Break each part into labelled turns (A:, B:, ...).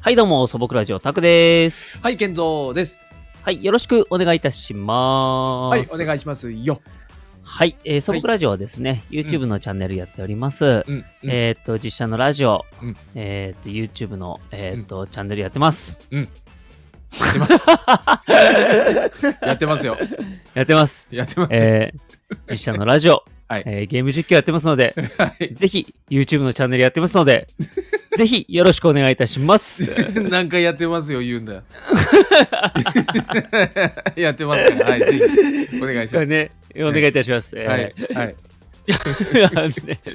A: はい、どうも、素朴ラジオ、タクです。
B: はい、健三です。
A: はい、よろしくお願いいたしま
B: はい
A: す。、
B: お
A: い。
B: 願いしますよ。
A: はい、えー素朴ラジオはですね、YouTube のチャンネルやっております。
B: うん、
A: えーっと、実写のラジオ、
B: うん
A: えーっと、YouTube の、えーっと、チャンネルやってます。
B: やってます。やってますよ。
A: やってます。
B: やってます。
A: えー実写のラジオ、
B: はい
A: えーゲーム実況やってますので、
B: はい
A: ぜひ YouTube のチャンネルやってますので、ぜひよろしくお願いいたします。
B: 何回やってますよ、 言うんだ。やってますから、はい、ぜひ、お願いします。
A: ね、お願いいたします。えー
B: はい、はい、
A: あのね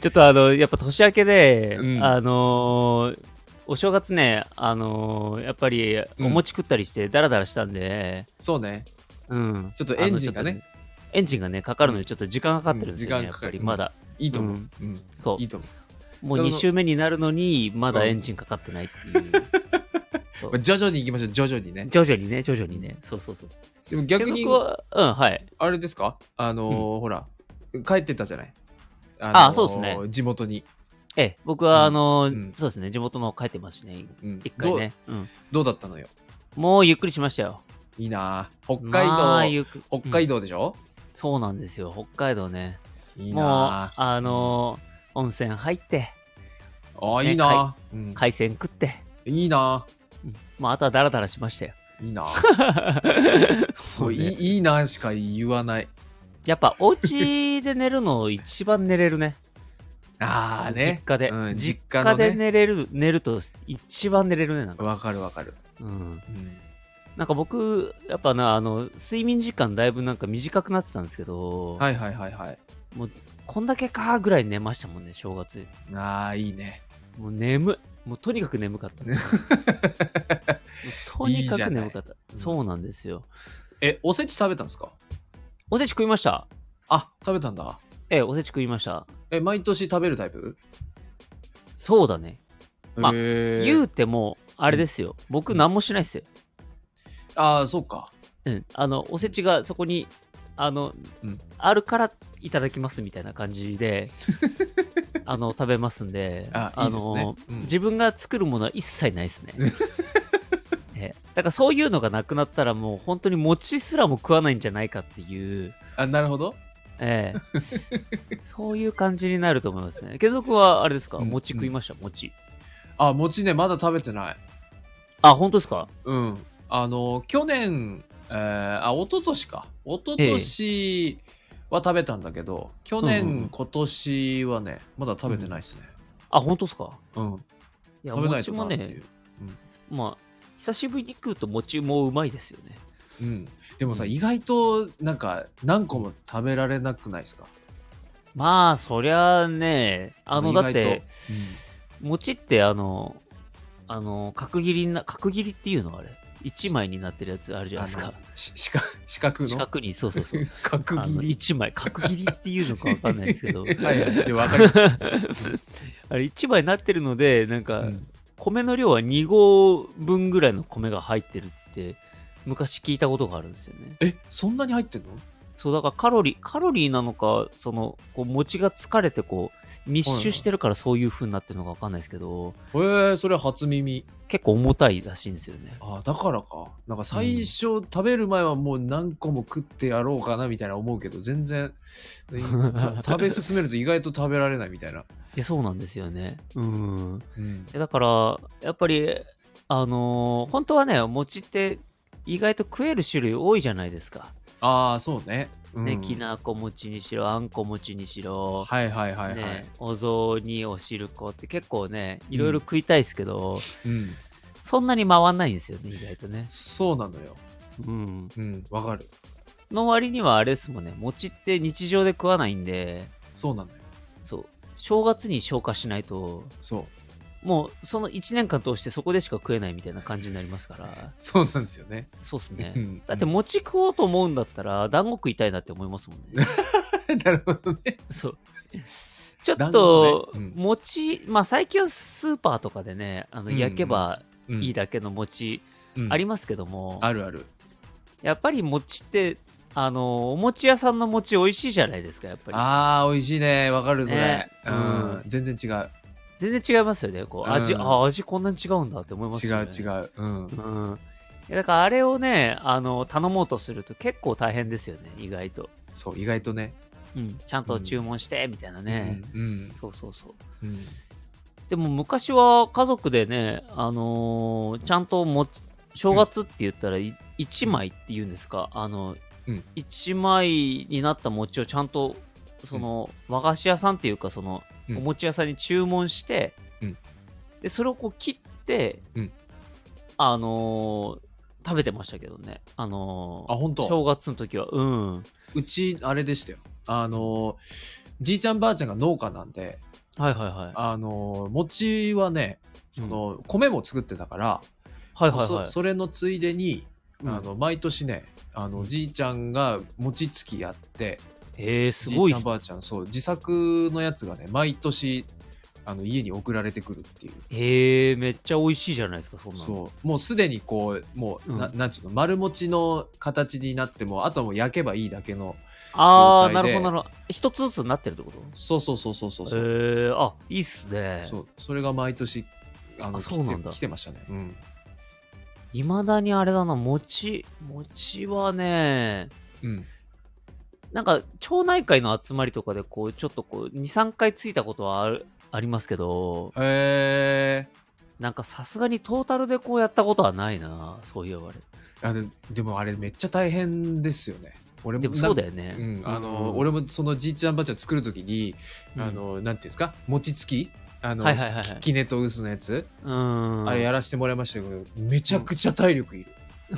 A: ちょっとあのやっぱ年明けで、
B: うん
A: あのーお正月ねあのーやっぱり
B: うん
A: お餅食ったりしてダラダラしたんで、
B: そうね。
A: うん、
B: ちょっとエンジンがね
A: あのちょっとエンジンがねかかるのにちょっと時間かかってるんですよね、
B: うん時間かか
A: やっ
B: る
A: ぱりまだ
B: いいと思う。うん、
A: こ
B: いいと思
A: うもう
B: あの
A: 2週目になるのにまだエンジンかかってないって いう、
B: う。まあ徐々に行きましょう、徐々にね。
A: 徐々にね徐々にねそうそうそう
B: でも逆に
A: 僕、はうんはい
B: あれですかあのーほら、帰ってたじゃない。あのー
A: あそうっすね
B: 地元に。
A: ええ僕はあのー
B: うんうん
A: そうですね地元の帰ってますしね
B: うん
A: 一回ね、うん、
B: どう。どうだったのよ。
A: もうゆっくりしましたよ
B: いいなあ北海道、
A: まあゆっくり
B: 北海道でしょ、
A: そうなんですよ、北海道ね。
B: いい
A: もう、
B: な
A: あのー温泉入って、
B: ああ、
A: ね
B: いいな、うん
A: 海鮮食って、
B: いいな
A: うんまあ、あとはダラダラしましたよ。
B: い いなも
A: も
B: う
A: う
B: い
A: ね
B: いいいなしか言わない。
A: やっぱ、お家で寝るの一番寝れるね。
B: ああね
A: 実。家で、
B: う
A: 実
B: ん実
A: 家
B: 家のね
A: で寝れる、寝ると一番寝れるね、なんか。
B: わかるわかる。
A: うん。
B: うん
A: なんか僕、やっぱな、あの、睡眠時間だいぶなんか短くなってたんですけど、
B: はいはいはいはい。
A: こんだけかぐらい寝ましたもんね、正月。
B: ああ、いいね。
A: もう眠い。もうとにかく眠かった。もう とにかく眠かった。
B: い
A: そうなんですよ。
B: え、おせち食べたんですか
A: おせち食いました。
B: あ、食べたんだ。
A: ええ、おせち食いました。
B: え、毎年食べるタイプ
A: そうだね。まあ
B: へー
A: 言うても、あれですよ。僕、何もしないですよ。
B: ああ、そうか。
A: うん。あの、おせちがそこに、あの、
B: うん
A: あるからいただきますみたいな感じで、 あの、食べますんで、
B: あいいですね
A: の、
B: うん
A: 自分が作るものは一切ないで すね。ええだからそういうのがなくなったらもう本当に餅すらも食わないんじゃないかっていう、
B: あなるほど。
A: え えそういう感じになると思いますね。継続はあれですか
B: うん
A: 餅食いました餅。
B: あ、餅ね、まだ食べてない。
A: あ、本当ですか
B: うん。あの、去年、えー、あ、一昨年か。一昨年は食べたんだけど、去年、
A: うんうん
B: 今年はね、まだ食べてないですね。
A: あ、本当ですか
B: うん。
A: いや、
B: 食べない
A: 餅
B: と
A: も
B: なってい
A: ね
B: う、。
A: まあ、久しぶりに食うと餅もうまいですよね。
B: うん。でもさ、
A: うん
B: 意外と、なんか、何個も食べられなくないですか
A: まあ、そりゃあね、あの、
B: 意
A: だっ
B: 外と
A: て、餅ってあの、あの、角切りな、角切りっていうのあれ一枚になってるやつあるじ
B: うん
A: ゃ
B: あ
A: ない
B: の
A: ですか。
B: し四角四角
A: 四
B: の
A: 角に、そうそう そう。
B: 角
A: あ
B: 切
A: の
B: り。
A: 一枚、角切りっていうのかわかんないですけど。
B: はい はい。で、わかります。
A: あれ一枚になってるので、なんか、
B: うん
A: 米の量は2合分ぐらいの米が入ってるって、昔聞いたことがあるんですよね。
B: え、そんなに入ってんの
A: そうだからカロリーカロリーなのかそのこう餅が疲れてこう密集してるからそういう風になってるのかわかんないですけど
B: えー、それは初耳。
A: 結構重たいらしいんですよね
B: あだからか。なんか最初、食べる前はもう何個も食ってやろうかなみたいな思うけど、全然、 た食べ進めると意外と食べられないみたいな。
A: でそうなんですよねうん
B: うん
A: でだからやっぱりあのー本当はね餅って意外と食える種類多いじゃないですか、
B: ああ、そうね。うん
A: ねきなこ餅にしろあんこ餅にしろ
B: はいはいはいはい。
A: ね、お雑煮お汁粉って結構ねいろいろ食いたいですけど、
B: うん。
A: そんなに回んないんですよね意外とね
B: そうなのよ。
A: うん
B: うん、わかる。
A: の割にはあれですもんね餅って日常で食わないんで
B: そうなのよ。
A: そう正月に消化しないと
B: そう。
A: もうその1年間通してそこでしか食えないみたいな感じになりますから
B: そうなんですよね。
A: そうっす
B: う
A: ね
B: ん
A: だって餅食おうと思うんだったら団子食いたいなって思いますもん ね
B: なるほどね。
A: そうちょっ
B: 団子
A: と、
B: ねうん
A: 餅まあ最近はスーパーとかでねあの
B: うんうん
A: 焼けばいい
B: だ、
A: だけの餅
B: うん
A: ありますけども、
B: あるある。
A: やっぱり餅ってあのお餅屋さんの餅美味しいじゃないですかやっぱり
B: ああ、美味しいね。わかる、それ
A: ね。
B: う
A: うん
B: ん。全然違う。
A: 全然違いますよね。こう味、
B: うん
A: あ、味こんなに違うんだって思います
B: 違
A: よね。
B: う違う。うん。
A: うん。いやだからあれをね、あの、頼もうとすると結構大変ですよね、意外と。
B: そう、意外とね。
A: うん。ちゃんと注文して、みたいなね。
B: うん。
A: そうそうそう。
B: うん。
A: でも昔は家族でね、あのーちゃんともち正月って言ったらい、一1枚って言うんですか、あの、
B: うん
A: 一1枚になった餅をちゃんと、その、和菓子屋さんっていうか、その、
B: うん
A: お餅屋さんに注文して、
B: うん
A: で、それをこう切って、
B: うん
A: あのー食べてましたけどね、あのー
B: あ、本当。
A: 正月の時は、うん。
B: うち、あれでしたよ。あの、じいちゃんばあちゃんが農家なんで、
A: はいはいはい。
B: あの、餅はね、その、米も作ってたから、
A: はいはいはい
B: そ。それのついでに、
A: うん
B: あの毎年ねあの、
A: うん
B: じいちゃんが餅つきやって
A: えー、すごい
B: じいちゃんばあちゃんそう自作のやつがね毎年あの家に送られてくるっていう
A: えー、めっちゃ美味しいじゃないですか、そんなの。
B: そうもうすでにこうもう、な
A: う
B: なんちゅうの丸餅の形になってもあとはもう焼けばいいだけの
A: ああ、
B: 状
A: な
B: 態
A: る
B: で
A: ほど、なるほど。一つずつになってるってこと
B: そうそうそうそうそうそう,、
A: えー、あ、いいっすね。
B: そうそれが毎年あの
A: あそうなんだ
B: 来て来てましたね、うん、
A: いまだにあれだな、餅。餅はね、
B: うん、
A: なんか、町内会の集まりとかで、こう、ちょっとこう、2、3回ついたことはあるありますけど、
B: え
A: なんかさすがにトータルでこうやったことはないな、そういうあれ。
B: ー、あででもあれめっちゃ大変ですよね俺
A: でも
B: な
A: そうだよね。
B: うん、あの、俺もそのじいちゃんばあちゃん作る時に、
A: うん
B: あのなんていうんですか餅つきあの、
A: はいはいはいはい。
B: キネとウスのやつ、
A: うん。
B: あれやらしてもらいましたけどめちゃくちゃ体力いる、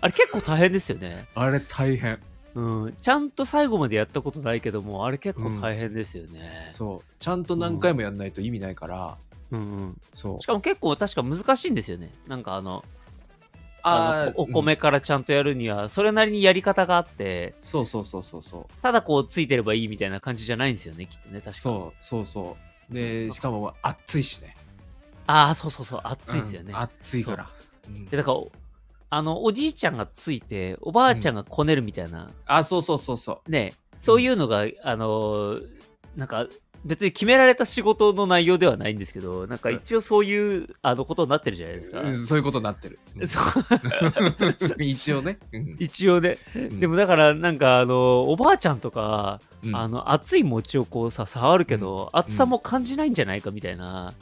A: あれ結構大変ですよね。
B: あれ大変
A: うん。ちゃんと最後までやったことないけども、あれ結構大変ですよね。
B: そうちゃんと何回もやんないと意味ないから、
A: うんうん。
B: そう
A: しかも結構確か難しいんですよね。なんかあの、あ
B: ー
A: のこお米からちゃんとやるには、それなりにやり方があって
B: う、んそうそうそうそうそう
A: ただこうついてればいいみたいな感じじゃないんですよね、きっとね、確か
B: そうそうそう
A: う
B: で
A: ん
B: しかも暑いしね
A: ああ、そうそうそう、暑いですよね。
B: うん暑いからうん
A: で、だから、おあの、おじいちゃんがついて、おばあちゃんがこねるみたいな、
B: あそうそうそうそう
A: ね、そういうのが、あのーなんか、別に決められた仕事の内容ではないんですけど、なんか
B: そう
A: 一応そういうあのことになってるじゃないですか。
B: うんそういうことになってる、うん
A: そう
B: 一応ね、うん
A: 一応ね、
B: ん
A: でもだからなんかあのおばあちゃんとか、
B: うん
A: あの熱い餅をこうさ触るけど、熱さも感じないんじゃないかみたいな、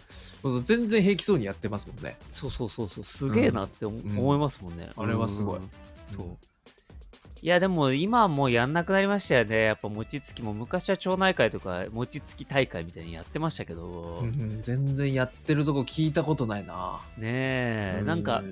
B: そうそう全然平気そうにやってますもんね
A: そうそうそうそうすげえなって思,、
B: ん
A: 思いますもんね
B: あれはすごい
A: うん
B: そう
A: いやでも今はもうやんなくなりましたよねやっぱ餅つきも昔は町内会とか餅つき大会みたいにやってましたけど、ね
B: 全然やってるとこ聞いたことないな、
A: え、
B: う
A: なんか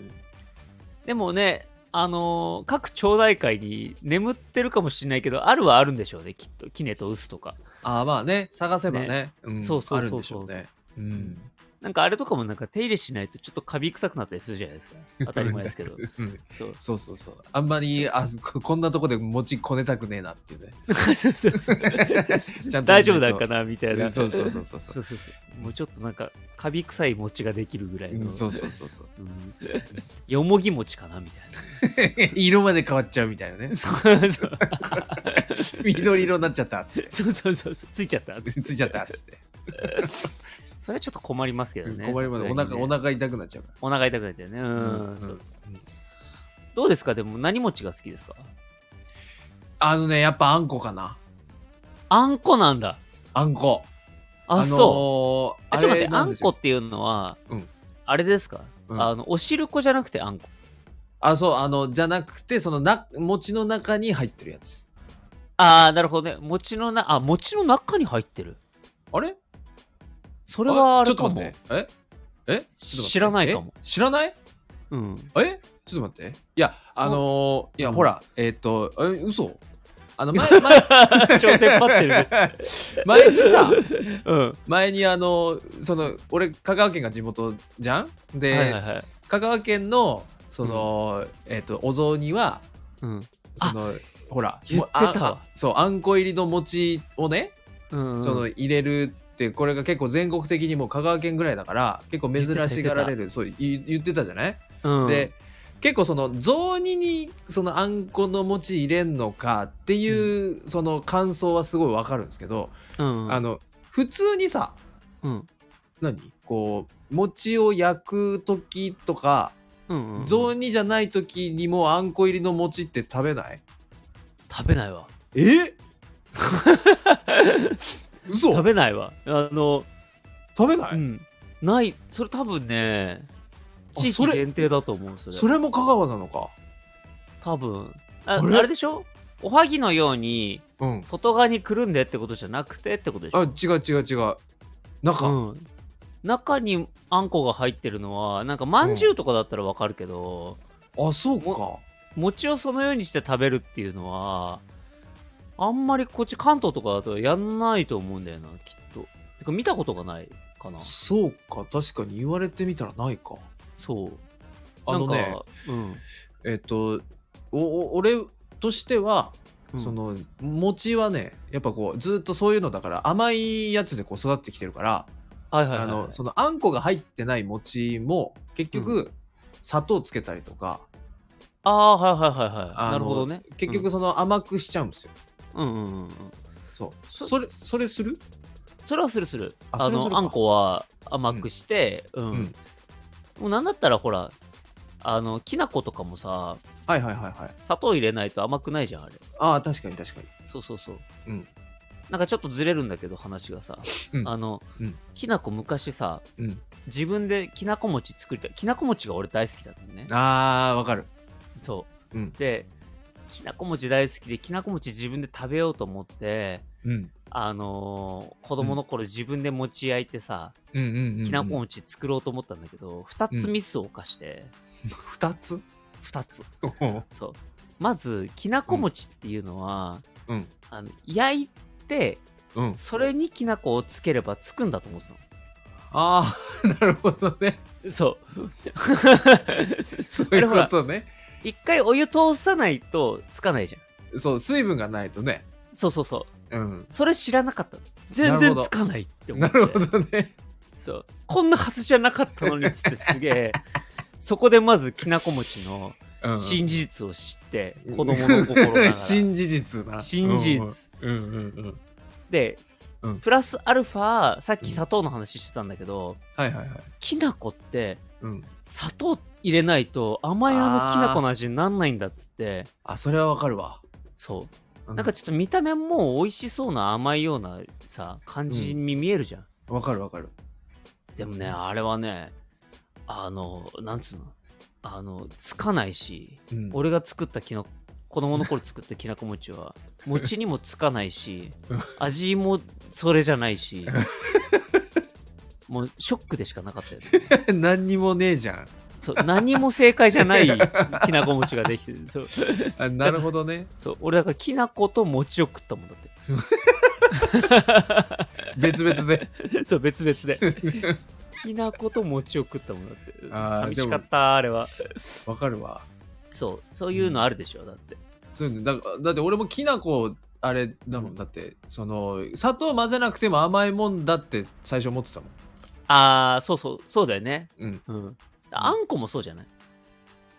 A: でもねあのー各町内会に眠ってるかもしれないけどあるはあるんでしょうねきっとキネとウスとか
B: ああまあね探せばね
A: ね
B: うん
A: そうそう
B: ある
A: そ
B: ん
A: う
B: でし
A: そ
B: ょ
A: う
B: うねうん
A: なんかあれとかもなんか手入れしないとちょっとカビ臭くなったりするじゃない ですか。当たり前ですけど。そう
B: そうそうそうあんまりあここんなとこで餅こねたくねえなって いうね
A: そうそう そう
B: ちゃんと
A: 大丈夫だかなみたい
B: うん
A: な。
B: そうそうそうそうそ
A: そうそうそうもうちょっとなんかカビ臭い餅ができるぐらいう
B: う
A: の。
B: んそうそうそうそう
A: うんよもぎ餅かなみたい
B: 色まで変わっちゃうみたいなね
A: な。そうそう
B: 緑色になっちゃったっつって
A: そうそうそう そう。ついちゃった。
B: ついちゃったっつって、
A: それはちょっと困りますけどね。
B: 困ります
A: さす
B: お
A: がに
B: 腹
A: ね
B: お腹痛くなっちゃうか
A: お腹痛くなっちゃうね。う
B: ら
A: ん。
B: う
A: そ
B: ん
A: うどうですかでも何餅が好きですか
B: あのねやっぱあんこかな
A: あんこなんだ。
B: あんこ
A: あ、そう。
B: う
A: えちょっと待って、あんこっていうのは
B: うん、
A: あれですか
B: うん
A: あの、おしるこじゃなくてあんこ。
B: あ、そう、あの、じゃなくて、そのな、餅の中に入ってるやつ。
A: ああ、なるほどね。餅のな、あ、餅の中に入ってる。
B: あれ
A: それはあ
B: ち
A: れ
B: ょっ
A: か
B: と
A: も
B: 待。って。ええちょっと待って
A: 知らないかも。
B: え知らない
A: うん。
B: えちょっと待って。いや、あのー、いや、
A: うん
B: ほら、えっ、と、え、嘘あの、前、前、
A: 超テンパってる。
B: 前にさ、
A: うん。
B: 前にあの、その、俺、香川県が地元じゃんで、
A: はいはいはい。
B: 香川県の、その、えっ、と、お雑煮は、
A: うん。
B: その、ほら、
A: 言ってたわ
B: あそう、あんこ入りの餅をね、
A: うん。
B: その入れるってこれが結構全国的にもう香川県ぐらいだから結構珍しがられるそう言言ってたじゃない、
A: うん、
B: で結構その雑煮にそのあんこの餅入れんのかっていうその感想はすごいわかるんですけど、
A: うん、
B: あの普通にさ
A: うん。
B: 何こう餅を焼く時とか
A: うん、うん。
B: 雑煮じゃない時にもあんこ入りの餅って食べない
A: 食べないわ。
B: え嘘
A: 食
B: 食べ
A: べないわ。あの、
B: 食べな
A: う
B: い、
A: ん。ない、それ多分ね、
B: あ
A: 地
B: そ
A: 域
B: れ
A: 限定だと思う、それ。
B: それも香川なのか
A: 多分。ああ
B: あ
A: れ
B: れ
A: でしょおはぎのように
B: うん
A: 外側にくるんでってことじゃなくてってことでしょ
B: あ違う違う違う中、
A: うん、中にあんこが入ってるのはなんかまんじゅうとかだったらわかるけど、
B: あそうか
A: 餅をそのようにして食べるっていうのはあんまりこっち関東とかだとやんないと思うんだよなきっとてか見たことがないかな
B: そうか確かに言われてみたらないか
A: そう
B: あのね
A: なんか
B: えっとおお俺としては、
A: うん、うん
B: その餅はねやっぱこうずっとそういうのだから甘いやつでこう育ってきてるから、
A: はいはいはい、
B: あのそのあんこが入ってない餅も結局、砂糖つけたりとか
A: ああーはいはいはいは
B: あ
A: い
B: の
A: なるほどね
B: 結局その甘くしちゃうんですよ、
A: うんうんうんうん
B: そう
A: そ
B: それそれする
A: それはするするあ
B: あそれはする
A: の
B: か
A: あんこは甘くしてうん、
B: うん
A: もうなんだったらほらあのきな粉とかもさ
B: はいはいはいはい
A: 砂糖入れないと甘くないじゃんあれ
B: ああ確かに確かに
A: そうそうそう
B: うん
A: なんかちょっとずれるんだけど話がさ、
B: うん
A: あの、
B: うん
A: きなこ昔さ
B: うん
A: 自分できなこ餅作りたいきなこ餅が俺大好きだったのね
B: あーわかる
A: そ
B: うん
A: うできなこ餅大好きできなこ餅自分で食べようと思って
B: うん
A: あのー子供の頃自分で餅焼いてさ、
B: うんうんうんうん
A: きなこ餅作ろうと思ったんだけど、2つミスを犯して、
B: 2つ
A: 2つそうまずきなこ餅っていうのは、
B: うん
A: あの焼いて
B: うん
A: それにきな粉をつければつくんだと思ってた
B: ああ なるほど ね
A: のそう
B: そういうことね
A: 一回お湯通さないとつかないじゃん
B: そう水分がないとね
A: そうそうそう
B: うん
A: それ知らなかったの全
B: なる
A: 然
B: ほど
A: つかないって思
B: な
A: って
B: るほどね
A: そうこんなはずじゃなかったのにっつってすげ えそこでまずきなこ餅の
B: うん
A: 新事実を知って、子供の心なが ら
B: 新事実な
A: 新事実
B: うんうんうんうん
A: で、
B: うん
A: プラスアルファさっき砂糖の話してたんだけど、
B: はいはいはい
A: きな粉って
B: うん
A: 砂糖入れないと甘いあのきな粉の味になんないんだっつって
B: あそれはわかるわ
A: そう
B: う
A: なんかちょっと見た目も美味しそうな甘いようなさ感じに見えるじゃん、
B: わかるわかる
A: でもねあれはねあのなんつうのあのつかないし
B: うん
A: 俺が作ったきの子供の頃作ったきなこ餅 は餅にもつかないし
B: うん
A: 味もそれじゃない しもうショックでしかなかったよね
B: 何にもねえじゃん
A: そう何も正解じゃないきなこ餅ができてるそう
B: あなるほどね
A: そう俺だからきな粉と餅を食ったもんだって
B: 別々で
A: そう別々できな粉と餅を食ったものだって
B: あー
A: 寂しかったあれは
B: わかるわ
A: そうそういうのあるでしょ、だって
B: そういうのだからだって俺もきなこあれだもん、
A: うん
B: だってその砂糖混ぜなくても甘いもんだって最初思ってたもん
A: ああそうそうそうだよね
B: うん
A: うんあんこもそうじゃない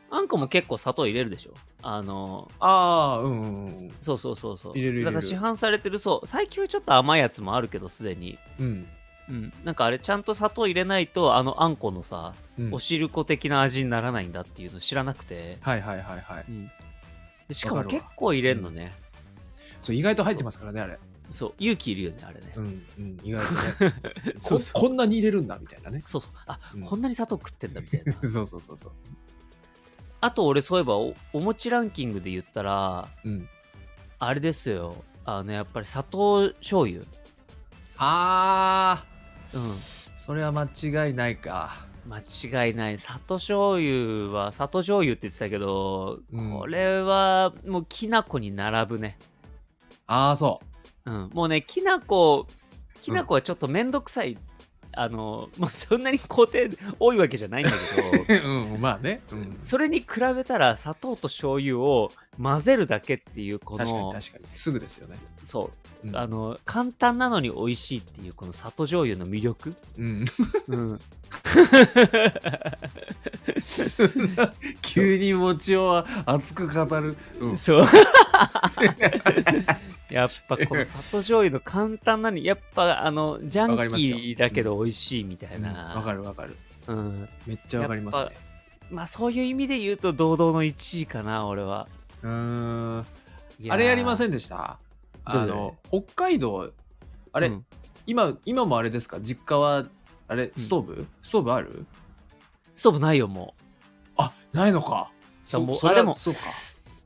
A: あんこも結構砂糖入れるでしょあの
B: ああうんうんうん
A: そうそうそうそう
B: 入れる入れる
A: なんか市販されてるそう最近はちょっと甘いやつもあるけどすでに
B: うん
A: うんなんかあれちゃんと砂糖入れないとあのあんこのさ、
B: うん
A: お汁粉的な味にならないんだっていうの知らなくて、
B: はいはいはいはい
A: うん、でしかも
B: わかるわ
A: 結構入れんのね、
B: そう意外と入ってますからねあれ
A: そう勇気いるよねあれね、
B: うんうん意外とねこ
A: そうそ
B: こんなに入れるんだみたいなね
A: そうそうあ、
B: うん
A: こんなに砂糖食ってんだみたいな
B: そうそうそうそう
A: あと俺そういえばおお餅ランキングで言ったら
B: うん
A: あれですよあのやっぱり砂糖醤油
B: あ
A: うん
B: ーそれは間違いないか
A: 間違いない砂糖醤油は砂糖醤油って言ってたけど、
B: うん
A: これはもうきな粉に並ぶね
B: ああそ
A: うんもうねきな粉きな粉はちょっとめんどくさい、あのまあそんなに工程多いわけじゃないんだけど
B: ううんまあね、 うん、
A: それに比べたら砂糖と醤油を混ぜるだけっていうこの
B: 確かに確かにすぐですよね、
A: そう
B: うん、
A: あの簡単なのに美味しいっていうこの里醤油の魅力、
B: うん
A: うん、
B: そんな 急に餅を熱く語る、うん、
A: そう。 やっぱこの砂糖醤油の簡単なに、やっぱあの、ジャンキーだけど美味しいみたいな。
B: わかるわかる
A: うん。
B: めっちゃわかります
A: やっ
B: ね
A: まあそういう意味で言うと堂々の1位かな、俺は。
B: うーん
A: い
B: あれやりませ
A: ん
B: んでした
A: どれ
B: あの北海道あ
A: あ
B: れ、今今もあれですか実家はあれストーブ、ストーブある
A: ストーブないよ、もう。
B: あないのかそ
A: もう
B: それは
A: あでも
B: そうか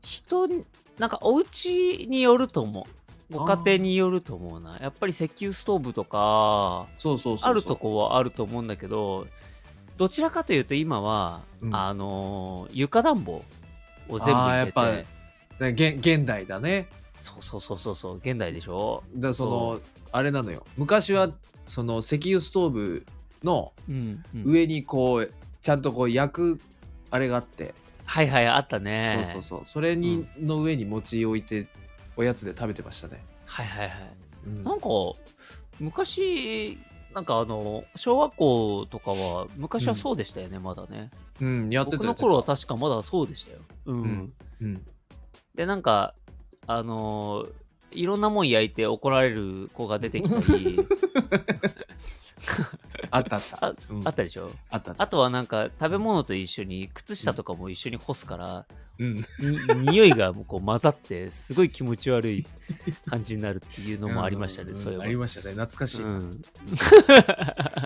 A: 人に、なんかお家によると思う。ご家庭によると思うな。やっぱり石油ストーブとか、
B: そうそうそうそう
A: あるとこはあると思うんだけどどちらかというと今は、
B: うん
A: あのー床暖房を全部
B: あー
A: 入れ
B: やってね現現代だね
A: そうそうそうそうそう現代でしょ
B: だそのあれなのよ昔はその石油ストーブの
A: うん、うん
B: 上にこうちゃんとこう焼くあれがあって、
A: はいはいあったね
B: そうそうそうそれに、の上に餅置いておやつで食べてましたね、
A: はいはいはい
B: うん
A: なんか昔なんかあの小学校とかは昔はそうでしたよね、まだね
B: うんやってた
A: 僕の頃は確かまだそうでしたようん、
B: うんうん
A: でなんかあのーいろんなもん焼いて怒られる子が出てきた り
B: あったあった
A: あ
B: うん
A: あったでしょ
B: あったあった
A: あとはなんか食べ物と一緒に靴下とかも一緒に干すから、
B: うん
A: に匂いがもうこう混ざってすごい気持ち悪い感じになるっていうのもありましたね、
B: うん
A: そういえば。
B: ありましたね懐かしい、
A: うん そう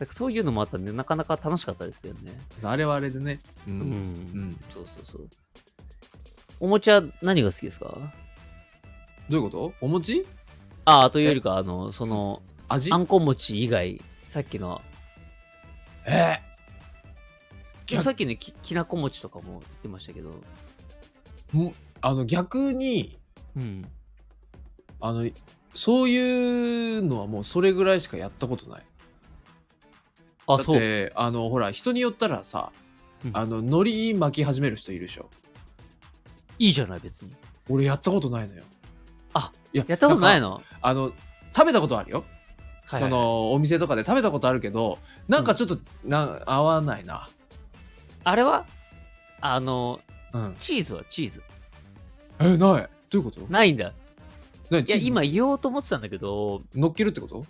A: なんかそういうのもあったんでなかなか楽しかったですけどね。
B: あれはあれでねう、
A: うんん、
B: うん
A: そうそうそう。おもちゃ何が好きですか
B: どういうことお餅
A: ああというよりかあのその
B: 味
A: あんこ餅以外さっきの
B: え逆
A: さっきのききなこ餅とかも言ってましたけど。
B: ーもうあの逆に
A: うん
B: あのそういうのはもうそれぐらいしかやったことない
A: あ
B: だっ
A: そう
B: てあのほら人によったらさ、
A: うん
B: あの海苔巻き始める人いるでしょ
A: いいじゃない別に
B: 俺やったことないのよ
A: あ
B: いや
A: やったことない
B: の
A: の、
B: あの食べたことあるよ、
A: はいはい
B: そのお店とかで食べたことあるけどなんかちょっと、な合わないな
A: あれはあの
B: うん
A: チーズはチーズ
B: えないどういうこと
A: ないんだ
B: 何
A: いや
B: チーズ
A: 今言おうと思ってたんだけど
B: 乗っけるってこと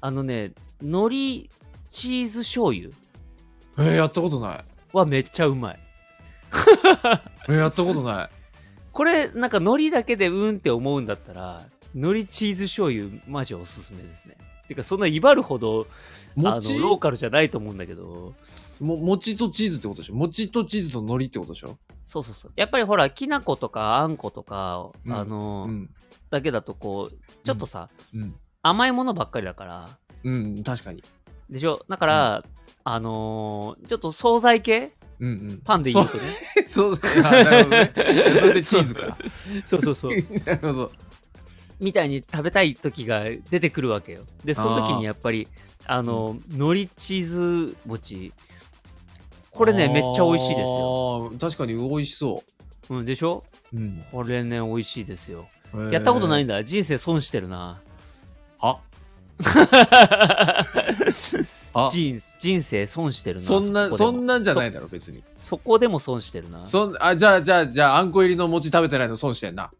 A: あのね海苔チーズ醤油
B: えーやったことない
A: はめっちゃうまい
B: えーやったこ とない
A: これなんか海苔だけでうんって思うんだったら海苔チーズ醤油マジおすすめですねてかそんな威張るほどあのロ
B: 餅
A: ーカルじゃないと思うんだけど
B: も餅とチーズってことでしょ餅とチーズと海苔ってことでしょ
A: そうそうそうやっぱりほらきな粉とかあんことか、
B: うん
A: あの、
B: うん
A: だけだとこうちょっとさ、
B: うん、
A: 甘いものばっかりだから
B: うん、確かに
A: でしょだから、あのーちょっと惣菜系
B: うんうん
A: パンで言うとね。
B: そうそうあなるほど ねそれでチーズか
A: そうそうそう。
B: なるほど
A: みたいに食べたい時が出てくるわけよ。で、その時にやっぱり、あの、海苔チーズ餅。これね、めっちゃ美味しいですよ。
B: よ確かに美味しそ
A: うん、でしょ
B: う、うん
A: これね、美味しいですよ。
B: えー
A: やったことないんだ。人生損してるな。
B: ああ
A: 人人生損してるな。。
B: そんなそんなんじゃないいだろ別に
A: そそこでも損してるな。
B: そんあじゃあじゃあじゃああんこ入りの餅食べてないの損してんな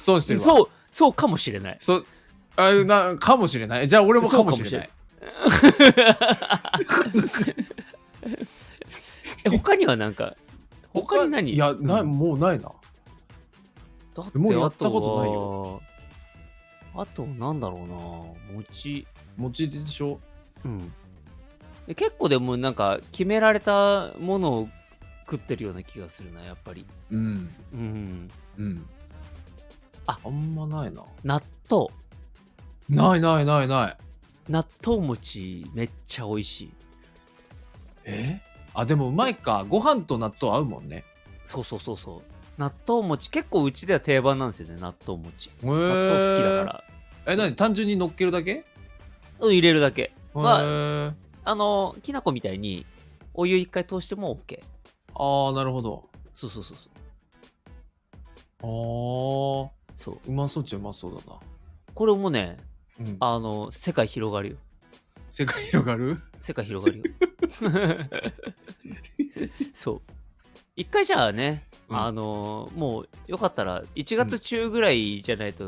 B: 損してるわ
A: そう、そうかもしれない。
B: そあなかもしれないじゃあ俺もかもしれない
A: え、他にはなんか、他に何
B: いやな、もうないな
A: だっ
B: もうやったことない
A: よ。あと、なんだろうな、餅。
B: 餅でしょ
A: うん。で結構でも、なんか、決められたものを食ってるような気がするな、やっぱり。
B: うん
A: うん。
B: うん
A: あ
B: あんまないな
A: 納豆。
B: ないないないない
A: 納豆餅、めっちゃ美味しい。
B: えあでもうまいかご飯と納豆合うもんね
A: そうそうそうそう。納豆餅、結構うちでは定番なんですよね、納豆餅。
B: 納
A: 納豆好きだから。
B: え何単純に乗っけるだけ
A: うん、入れるだけ。まあ
B: へー
A: あの、きな粉みたいに、お湯一回通しても OK。
B: あーなるほど
A: そうそうそうそう。
B: あー
A: そう
B: うまそうっちゃうまそうだな
A: これもね、
B: うん
A: あの世界広がるよ
B: 世界広がる
A: 世界広がるよ そう一回じゃあね、
B: うん
A: あのもうよかったら1月中ぐらいじゃないと、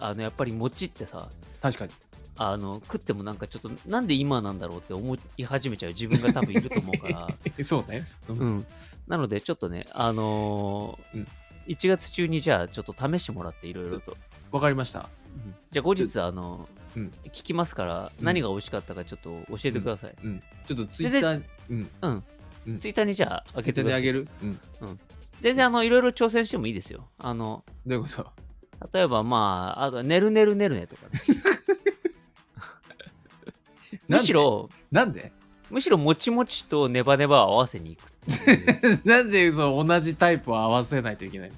A: あのやっぱり餅ってさ
B: 確かに。
A: あの食ってもなんかちょっとなんで今なんだろうって思い始めちゃう自分が多分いると思うから
B: えそうね。うん
A: うんなのでちょっとねあのー
B: うん
A: 1月中にじゃあちょっと試してもらっていろいろと
B: わかりました。
A: じゃあ後日あの、
B: うん
A: 聞きますから
B: うん
A: 何が美味しかったかちょっと教えてください、
B: うん。ちょっとツイッターに、うん。うん
A: ツイッターにじゃあ開
B: ツイ
A: けてく
B: ッターに
A: ださ
B: あ
A: い
B: げるうん。
A: 全然あのいろいろ挑戦してもいいですよあの
B: どういうこと
A: 例えばまああと「ねるねるねるね」とかね むしろ
B: なんで
A: むしろもちもちとネバネバを合わせにいくっていう
B: なんでそう同じタイプを合わせないといけないの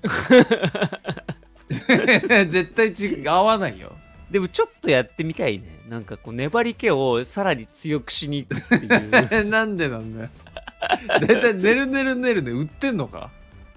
B: 絶対違う合わないよ。
A: でもちょっとやってみたいねなんかこう粘り気をさらに強くしにいくっていう
B: なんでなんだよ。だいたいねるねるねるで売ってんのか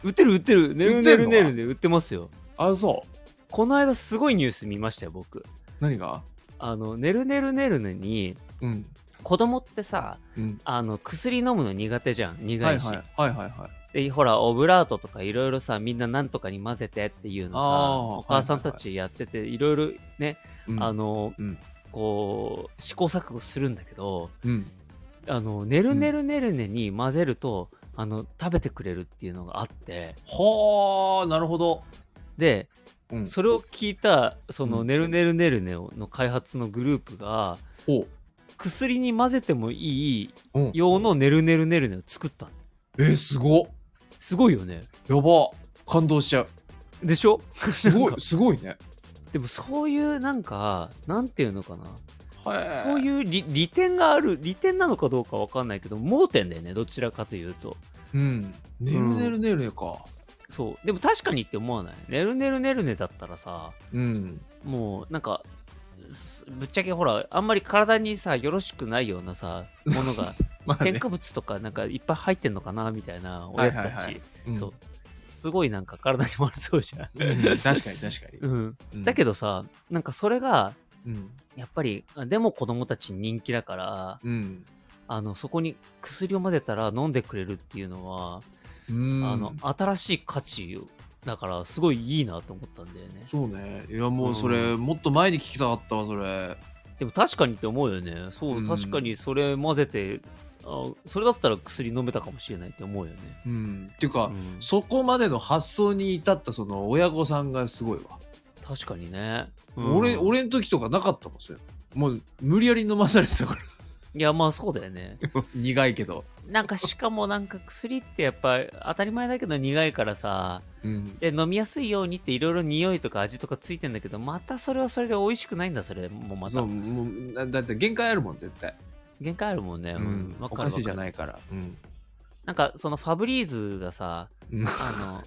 A: 売ってる売ってるねるねるねるね売ってますよ
B: あ、そう。
A: この間すごいニュース見ましたよ僕
B: 何が
A: あのねるねるねるねに
B: うん。
A: 子供ってさ
B: うん。
A: あの薬飲むの苦手じゃん苦
B: はいい
A: し、
B: はい。はいはいはい。
A: でほらオブラートとかいろいろさみんななんとかに混ぜてっていうのさ
B: あー
A: お母さんたちやってていろいろね、
B: うん
A: あの、
B: うん
A: こう試行錯誤するんだけど
B: うん。
A: あのねるねるねるねに混ぜると、あの食べてくれるっていうのがあって
B: はあ、なるほど。
A: で
B: うん
A: それを聞いたそうの
B: ん
A: ねるねるねるねの開発のグループが
B: ほ。
A: 薬に混ぜてもいいう
B: うん、
A: 用のねるねるねるねを作ったの
B: えー、すごっ。
A: すごいよね
B: やば。感動しちゃう。
A: でしょ
B: すご
A: なん
B: い、すごいね。
A: でもそういうなんかなんていうのかな
B: は
A: そういう利利点がある利点なのかどうかわかんないけど盲点だよねどちらかというと
B: う。うん。ねるねるねるねか。
A: そうでも確かにって思わないねるねるねるねだったらさ
B: うん。
A: もうなんかすぶっちゃけほらあんまり体にさよろしくないようなさものが
B: まあ
A: 添
B: ね。
A: 加物とかなんかいっぱい入ってんのかなみたいなおやつだし、
B: はいはいはいうん
A: そうすごいなんか体に悪そうじゃん、
B: うん確かに確かに
A: うん、
B: うん。
A: だけどさなんかそれが
B: うん。
A: やっぱりあでも子供たちに人気だから
B: うん。
A: あのそこに薬を混ぜたら飲んでくれるっていうのは、
B: うん。
A: あの新しい価値だからすごいいいなと思ったんだよね
B: そうね。いやもうそれ、もっと前に聞きたかったわ、それ。
A: でも確かにって思うよねそう、
B: うん
A: 確かにそれ混ぜてあそれだったら薬飲めたかもしれないって思うよね、
B: うん。っていうか、
A: うん
B: そこまでの発想に至ったその親御さんがすごいわ。
A: 確かにね、
B: 俺、
A: うん
B: 俺の時とかなかったもん、それ。もう無理やり飲まされてたか
A: いやまあそうだよね
B: ら。 苦いけど。
A: なんかしかもなんか薬ってやっぱ当たり前だけど苦いからさ
B: うん。
A: で飲みやすいようにっていろいろ匂いとか味とかついてんだけどまたそれはそれで美味しくないんだそれもうま
B: そ
A: た
B: うもうだだって限界あるもん絶対、
A: 限界あるもんね、うん、わ
B: お
A: かるわかる
B: 菓子じゃないから、うん
A: なんかそのファブリーズがさ、
B: うん
A: あの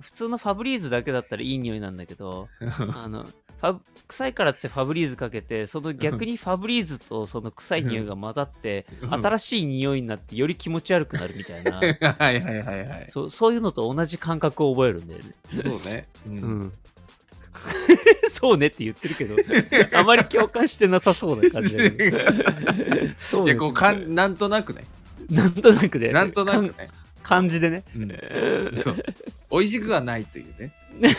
A: 普通のファブリーズだけだったらいい匂いなんだけ どあのファブ臭いからっつってファブリーズかけてその逆にファブリーズとその臭い匂いが混ざって
B: うん
A: 新しい匂いになってより気持ち悪くなるみたい な
B: はいはいはいはい
A: そうそういうのと同じ感覚を覚えるんだよね。
B: そうね、うん
A: うん、 そうねって言ってるけど あまり共感してなさそうな感じだけどそう
B: い
A: ね
B: やこうかんなんとなくね
A: なんとなくで
B: なんとなくね、
A: 感じでね。
B: うん、 そう美味しくはないというね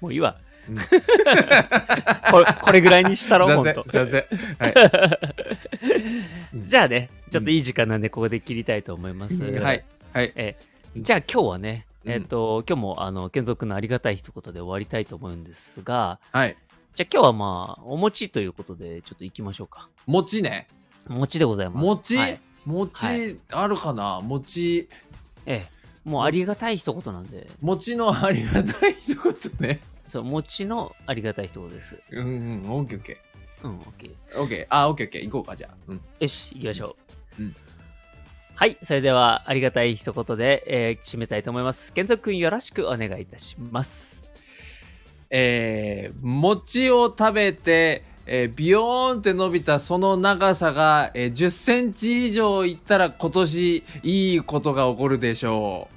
A: もういいわ。
B: うん
A: これこれぐらいにしたろ、
B: すい
A: ほん
B: ませ ん
A: と。
B: すいませんはい
A: じゃあね、ちょっといい時間なんで、ここで切りたいと思います。
B: はい。はい
A: じゃあ今日はね、
B: うん
A: えっ、と、今日も、あの、健くんのありがたい一言で終わりたいと思うんですが、
B: はい
A: じゃあ今日はまあ、お餅ということで、ちょっと行きましょうか。
B: 餅ね
A: お餅でございます。
B: 餅、
A: はい
B: 餅あるかな、餅
A: ええ。もうありがたい一言なんで、
B: 餅のありがたい一言ね
A: そう、餅のありがたい一言です。
B: うんうんオッケーオッケ
A: うん、オッケー。
B: ーオッケーあオッケーオッケー行こうかじゃあ、うん、
A: よし、行きましょう。
B: うん
A: はい、それではありがたい一言で、えー締めたいと思います。健三くんよろしくお願いいたします。
B: えー餅を食べて、えービヨーンって伸びたその長さが、え1 0センチ以上いったら今年いいことが起こるでしょ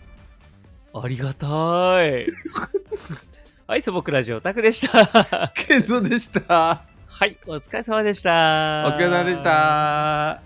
A: ありがたい。はい、素朴ラジオタクでした。
B: ケンゾでした。
A: はい、お疲れ様でした。
B: お疲れ様でし。た。